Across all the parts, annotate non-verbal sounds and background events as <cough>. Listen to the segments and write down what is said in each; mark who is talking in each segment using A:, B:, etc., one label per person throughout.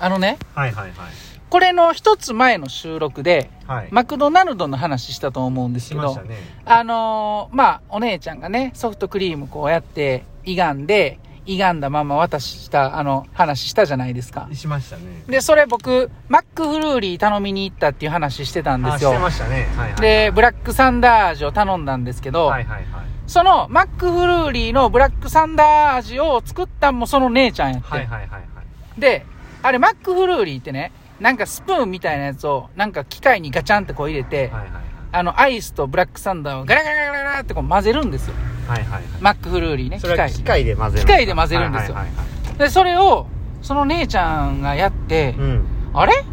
A: あのね、
B: はいはいはい
A: これの一つ前の収録で、
B: はい、
A: マクドナルドの話したと思うんです
B: し
A: け
B: まし
A: ど
B: た、ね
A: あのーまあ、お姉ちゃんがね、ソフトクリームこうやって、歪んで、歪んだまま渡した、あの、話したじゃないですか。
B: しましたね
A: で、それ僕、マックフルーリー頼みに行ったっていう話してたんです
B: あし
A: よ
B: て。ましたねはいはい
A: で、ブラックサンダー味を頼んだんですけど、
B: はいはいはい
A: そのマックフルーリーのブラックサンダー味を作ったんもその姉ちゃんやって。
B: はいはいはいはい
A: で、あれマックフルーリーってね、なんかスプーンみたいなやつを、なんか機械にガチャンってこう入れて、
B: はいはいはい
A: あの、アイスとブラックサンダーをガラガラガラガラってこう混ぜるんですよ。
B: はいはいはい
A: マックフルーリーね、機
B: それは
A: 械
B: 機械で混ぜる
A: 機械で混ぜるんですよ
B: はいはいはいはい
A: で、それを、その姉ちゃんがやって、
B: うん
A: あれ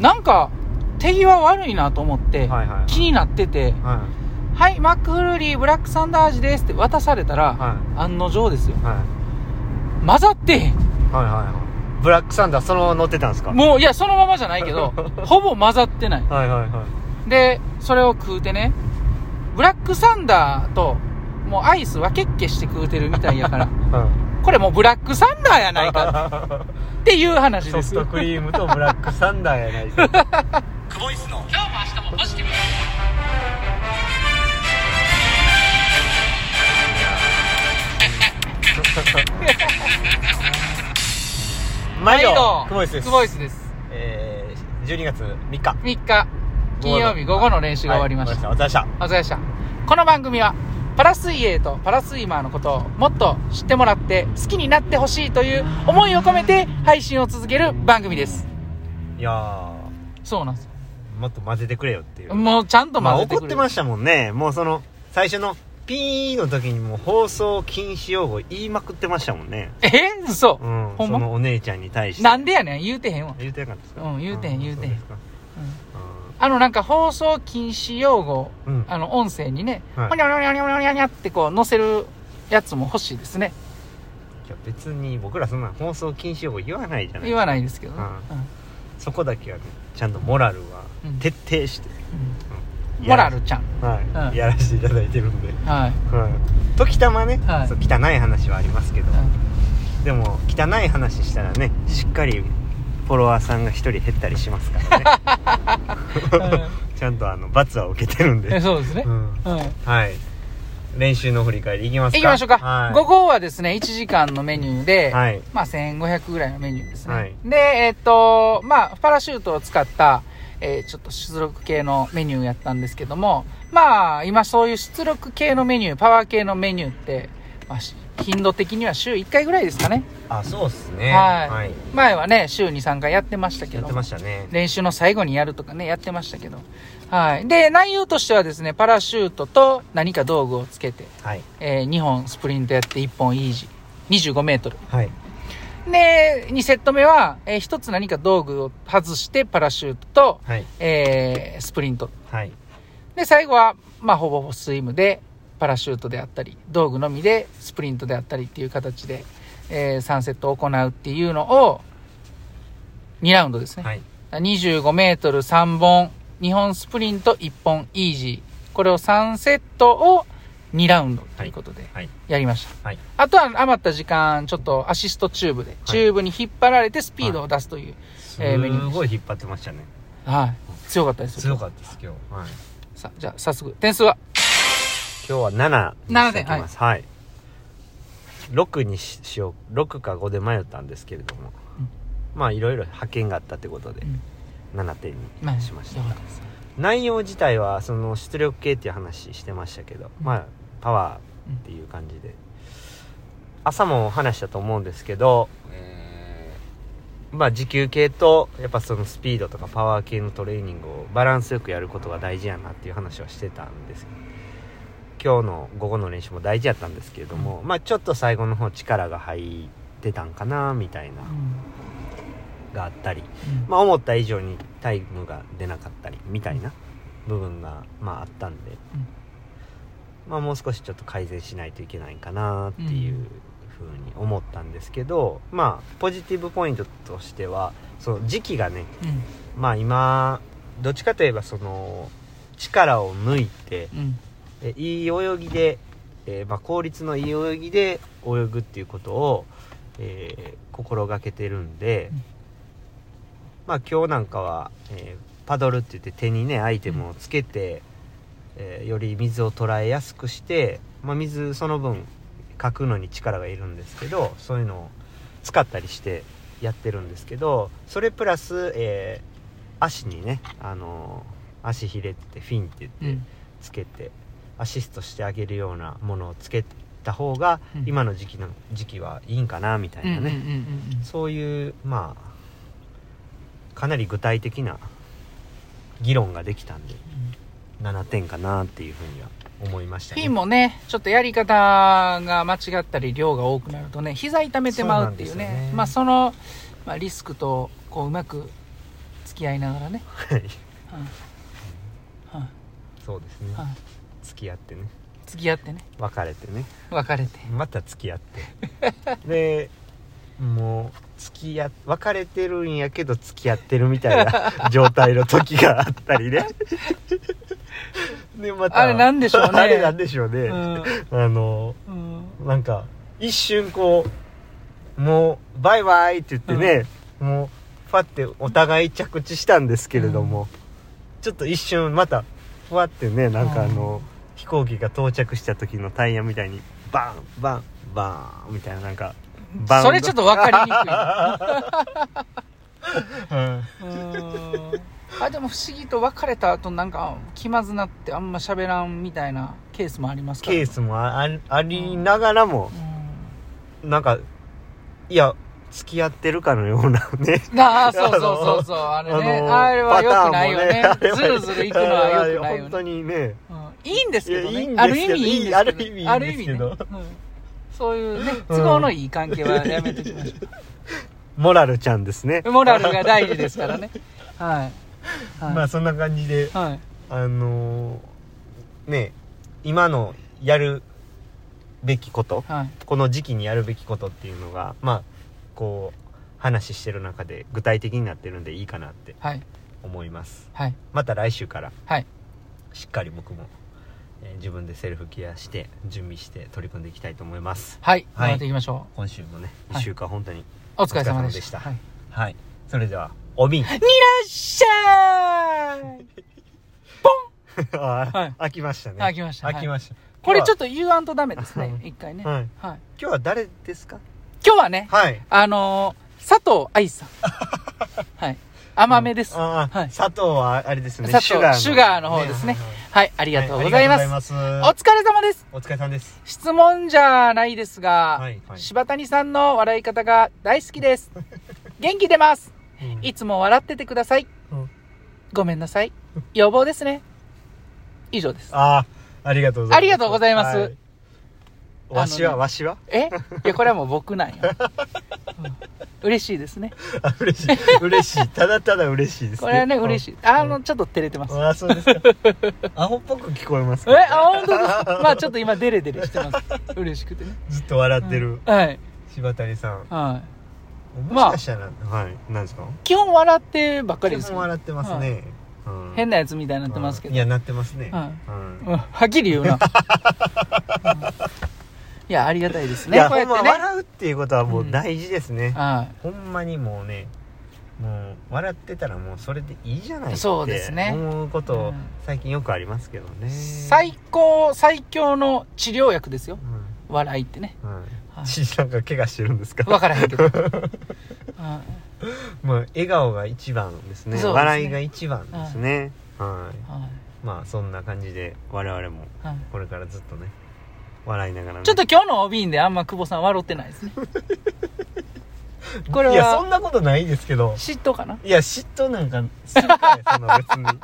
A: なんか、手際悪いなと思って、
B: はいはいはい
A: 気になってて、
B: は
A: はい、マックフルーリーブラックサンダー味ですって渡されたら、
B: いは
A: 案の定ですよ
B: い。はい
A: 混ざってへん。
B: はいはいはいブラックサンダーそのまま乗ってたんですか
A: もう、いや、そのままじゃないけ
B: <laughs>
A: ど、ほぼ混ざってない。
B: はいはいはい
A: で、それを食うてね、ブラックサンダーと、もうアイス分けっけして食うてるみたいや
B: <laughs>
A: から、
B: うん
A: これもうブラックサンダーやないかっていう <laughs> 話
B: ソ
A: で
B: フ
A: す。
B: トクリームとブラックサンダーやない
A: <laughs>
B: か
C: クボイスの
A: 今日も明日もポジティブ
B: 毎
A: 毎
B: 度
A: 度、
B: クボイスです
A: クボイスです。
B: えー、12月3日
A: 3日、金曜日午後の練習が終わりました。
B: はい、終わりましたお疲れ様でした
A: お疲れ様でした。この番組は、パラ水泳とパラスイマーのことをもっと知ってもらって好きになってほしいという思いを込めて配信を続ける番組です。
B: いやー
A: そうなんです
B: もっと混ぜてくれよっていう
A: よ。もうちゃんと
B: まあ
A: 混ぜて
B: 怒
A: くれる。
B: ってましたもんねもうその最初のピーの時にもう放送禁止用語言いまくってましたもんね
A: え嘘、
B: うん
A: ほんま
B: そのお姉ちゃんに対して
A: なんでやねん言うてへんわ。
B: 言うてなかったですか
A: うん言うてへん言うてへん
B: そうですか
A: あのなんか放送禁止用語、
B: うんうん
A: あの音声にね、
B: はい
A: ほにゃほにゃほにゃほにゃほにゃほにゃってこう載せるやつも欲しいですね。
B: いや別に僕らそんな放送禁止用語言わないじゃない
A: 言わないですけどね。
B: う
A: うん
B: そこだけはねちゃんとモラルは
A: うん
B: 徹底して、
A: うん
B: い
A: モ
B: や
A: ラルちゃん。
B: はい、
A: うん
B: やらせていただいてるんで、
A: はい。
B: はい、時たまね、
A: はい
B: そう汚い話はありますけど、でも汚い話したらねしっかりフォロワーさんが一人減ったりしますからね <laughs> ちゃんとあの罰は受けてるん
A: うんえ
B: で、
A: そうですね
B: う。ん、
A: うん。行
B: はい練習の振り返りいきますか
A: きましょうか。
B: はい
A: 午後はですね、1時間のメニューで、
B: はい
A: まあ1500ぐらいのメニューですね。
B: はい
A: で、えっと、まあ、パラシュートを使った、えーちょっと出力系のメニューやったんですけども、まあ、今そういう出力系のメニュー、パワー系のメニューって、まあ、し頻度的には週1回ぐらいですかね。
B: あそうっすね
A: はい
B: はい、
A: 前はね、週2、3回やってましたけ
B: やっ
A: ど
B: て。ましたね
A: 練習の最後にやるとかね、やってましたけど。はい。で、内容としてはですね、パラシュートと何か道具をつけて、
B: はい
A: え2本スプリントやって1本イージー。25メートル。
B: はい
A: で、2セット目は、え1つ何か道具を外してパラシュートと、
B: はい
A: えースプリント。
B: はい
A: で、最後は、まあ、ほぼほぼスイムで、パラシュートであったり、道具のみで、スプリントであったりっていう形で、え3セット行うっていうのを、2ラウンドですね。
B: はい
A: 25メートル3本、2本スプリント1本イージー。これを3セットを2ラウンドということで
B: はい
A: やりました。
B: はい
A: あとは余った時間、ちょっとアシストチューブで、チューブに引っ張られてスピードを出すという。
B: す
A: えーメニューです
B: ごい引っ張ってましたね
A: はい。強かったです。
B: 強かったです今日、はい、
A: さあ、じゃあ早速、点数は
B: 今日は7に
A: 7で
B: しておきますはい、6にししよう6か5で迷ったんですけれども、
A: うん
B: まあいろいろ派遣があったってことで
A: うん
B: 7点
A: まあ
B: にしました、
A: よかったです
B: 内容自体はその出力系っていう話してましたけど、
A: うん
B: まあパワーっていう感じで、朝も話したと思うんですけど、えーまあ持久系とやっぱそのスピードとかパワー系のトレーニングをバランスよくやることが大事やなっていう話はしてたんです今日の午後の練習も大事やったんですけれども、まあちょっと最後の方力が入ってたんかなみたいな
A: うん
B: があったり
A: うん
B: まあ、思った以上にタイムが出なかったりみたいな部分が、まあ、あったんで、
A: うん
B: まあ、もう少しちょっと改善しないといけないかなっていう
A: うん
B: ふうに思ったんですけど、まあポジティブポイントとしてはその時期がねまあ今どっちかといえばその力を抜いて
A: うん。うん。
B: えいい泳ぎで、えーまあ、効率のいい泳ぎで泳ぐっていうことを、えー心がけてるんで、
A: うん
B: まあ今日なんかは、えーパドルって言って手にねアイテムをつけて、えーより水を捉えやすくして、まあ、水その分かくのに力がいるんですけどそういうのを使ったりしてやってるんですけどそれプラス、えー足にね、あのー足ひれってフィンって
A: う
B: 言って
A: ん
B: つけて、アシストしてあげるようなものをつけた方が、
A: うん
B: 今の時期の時期はいいんかなみたい
A: うんう
B: なん
A: うんう
B: ね、
A: ん
B: そういうまあかなり具体的な議論ができたんで7点かなっていうふうには思いました
A: フ
B: ね
A: ィンもね、ちょっとやり方が間違ったり量が多くなるとね、膝痛めてまうっていう
B: そうなんです
A: ね
B: よ。ね
A: まあその、まあ、リスクとこううまく付き合いながらね。
B: <laughs> は
A: う
B: い
A: んうん
B: そうですね
A: うん
B: 付き合ってね
A: 付き合ってね、
B: 別れてね
A: 別れて。
B: また付き合ってでもう付き合っ別れてるんやけど付き合ってるみた
A: <laughs>
B: いな状態の時があったりねでまた
A: あれなんでしょうね
B: あれなんでしょうね、
A: うん
B: あの
A: うん
B: なんか一瞬こうもうバイバイって言ってね、もうファってお互い着地したんですけれども、ちょっと一瞬またふわってねなんかあの、飛行機が到着した時のタイヤみたいにバンバンバーンみたいななんかバウンド
A: それちょっと分かりにくいな。
B: うん
A: <laughs> うーんあでも不思議と別れた後なんか気まずなってあんま喋らんみたいなケースもありますから
B: ケースもああありながらも、なんかいや付き合ってるかのようなね
A: うんああそうそうそうそうあれね、あれは良くないよね
B: パターンも
A: ずるずるいくのは良くない
B: <laughs> あれは本
A: よ
B: 当
A: ね、
B: にね
A: うん、いいんですけど
B: いやい
A: ね
B: いん
A: あ
B: です
A: る
B: け
A: 意
B: ど
A: 味いいんですけど
B: いい
A: あ
B: ある
A: る意味
B: 意味いいん
A: ね、
B: ですけ
A: うんそういうね都合のいい関係はやめていきましょ
B: モラルちゃんですね
A: うモラルが大事ですからねはい、はい
B: <laughs> まあそんな感じで
A: はい
B: あのーね今のやるべきこと
A: はい
B: この時期にやるべきことっていうのがまあこう話してる中で具体的になってるんでいいかなって
A: はい
B: 思います
A: はい
B: また来週から
A: はい
B: しっかり僕も、えー自分でセルフケアして準備して取り組んでいきたいと思います
A: はい
B: はい
A: 頑張っていきましょ
B: 今週もね
A: はい
B: 1週間本当に
A: うお疲れ様でした
B: お疲れ様でした
A: はい、い
B: はい、それではおみん
A: らっしゃーい
B: <laughs> あー
A: はい
B: 開きましたね
A: 開きました
B: 開きました、
A: これちょっ
B: っ
A: と言わんとダメですね
B: は。い
A: 一回ね。
B: は
A: はい。
B: い、今日は誰ですか
A: 今日はね、
B: はい
A: あのー佐藤愛
B: <laughs>
A: さん。はい。甘めです。は
B: ああ、
A: い
B: 砂糖はあれですね。
A: 砂糖シュガーの方
B: ね
A: ですね
B: はい
A: い、あり
B: はい
A: がとうございま
B: は
A: す。
B: ありがとうござい
A: お
B: ます
A: 疲れ様です。
B: お疲れさんです。
A: 質問じゃないですが、
B: はいはい
A: 柴谷さんの笑い方が大好き
B: <laughs>
A: です。元気出ます。いつも笑っててください。
B: うん
A: ごめんなさい。要望ですね。以上
B: <laughs>
A: です。
B: ああ、ありがとうございます。
A: ありがとうございます
B: はいわし
A: あ
B: は、
A: のね
B: わしは <laughs>
A: えいや、これはもう僕なんや。うん嬉しいですね。
B: あ嬉しい。嬉しい。ただただ嬉しいです、
A: これはね、嬉し
B: い。
A: い。あの、ちょっと照れてます。
B: ああ、そうです
A: <laughs>
B: か。アホっぽく聞こえま
A: え
B: すけど
A: あ本当ですかまあちょっと今デレデレしてます嬉しく <laughs> てね
B: ずっと笑ってる、
A: はい
B: 柴谷さん。
A: はい
B: もしかしたら、はい。なんですか
A: 基本笑ってばっかりです
B: 基
A: けど
B: 本笑ってますね。うん
A: 変なやつみたいになってますけ
B: い
A: ど
B: や、なってますね。
A: は
B: うん
A: うんはっきり言うなうんいやありがたいです
B: い
A: ね
B: や、
A: こう
B: ほ
A: やっ
B: んま
A: てね
B: 笑うっていうことはもう大事ですね。
A: は
B: ほんまにもうねもう笑ってたらもうそれでいいじゃないって
A: そうですね
B: 思うこ
A: う
B: と
A: ん
B: 最近よくありますけどね
A: い最高最強の治療薬ですよ笑いってね
B: うんうん
A: はい
B: ちなんか怪我してるんです
A: 分
B: か
A: からへん <laughs> けどうん
B: もう笑顔が一番ですね
A: そうですね
B: 笑いが一番ですね、はいまあそんな感じで我々も
A: はいはい
B: これからずっとね笑いながら、ね、
A: ちょっと今日の OB であんま久保さん笑ってない <laughs> ですねこれ
B: いやそ
A: は
B: んなことないですけど
A: 嫉妬かない
B: や嫉妬なんかするかいその別に、
A: た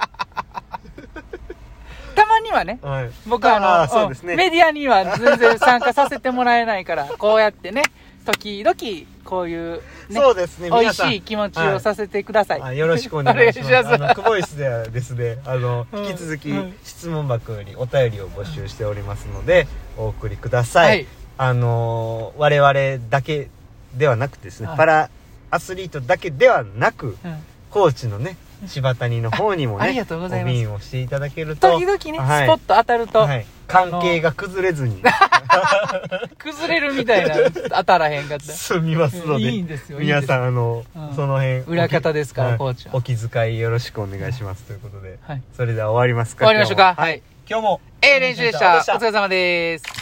A: まにはね
B: はい、
A: 僕はあの
B: あーそうですね
A: んメディアには全然参加させてもらえない
B: <laughs>
A: から、こうやってね、時々こういう、ね、
B: そうですね
A: 美
B: 皆
A: 味
B: さん
A: しい気持ちをさせてください。
B: あよろしくお願いしま
A: <laughs>
B: す。
A: お願いします
B: あの久保石ではですね、あの、
A: うん
B: 引き続き
A: うん
B: 質問箱よりお便りを募集しておりますので、お送りください。
A: はい
B: あのー我々だけではなくてですね、
A: はい
B: パラアスリートだけではなく、
A: うん
B: コーチのね、柴谷の方にも
A: ああり
B: ね
A: がとうござい
B: お
A: ます
B: 瓶をしていただけると
A: 時々ね、
B: はい
A: スポット当たると、
B: はい、関係が崩れずに
A: 崩れるみたいな、
B: <laughs>
A: 当たらへんかった。
B: 済みますの
A: い
B: で
A: いんですよ、いい
B: 皆さ
A: ん
B: んあの、
A: うん
B: その辺
A: です。裏方
B: で
A: ですから、コーチは。
B: お気遣いよろしくお願いしますということで
A: はい。
B: それでは終わりますか
A: 終わりましょうか
B: 今日もはい今日も
A: ええ練習でした。お疲れ様です。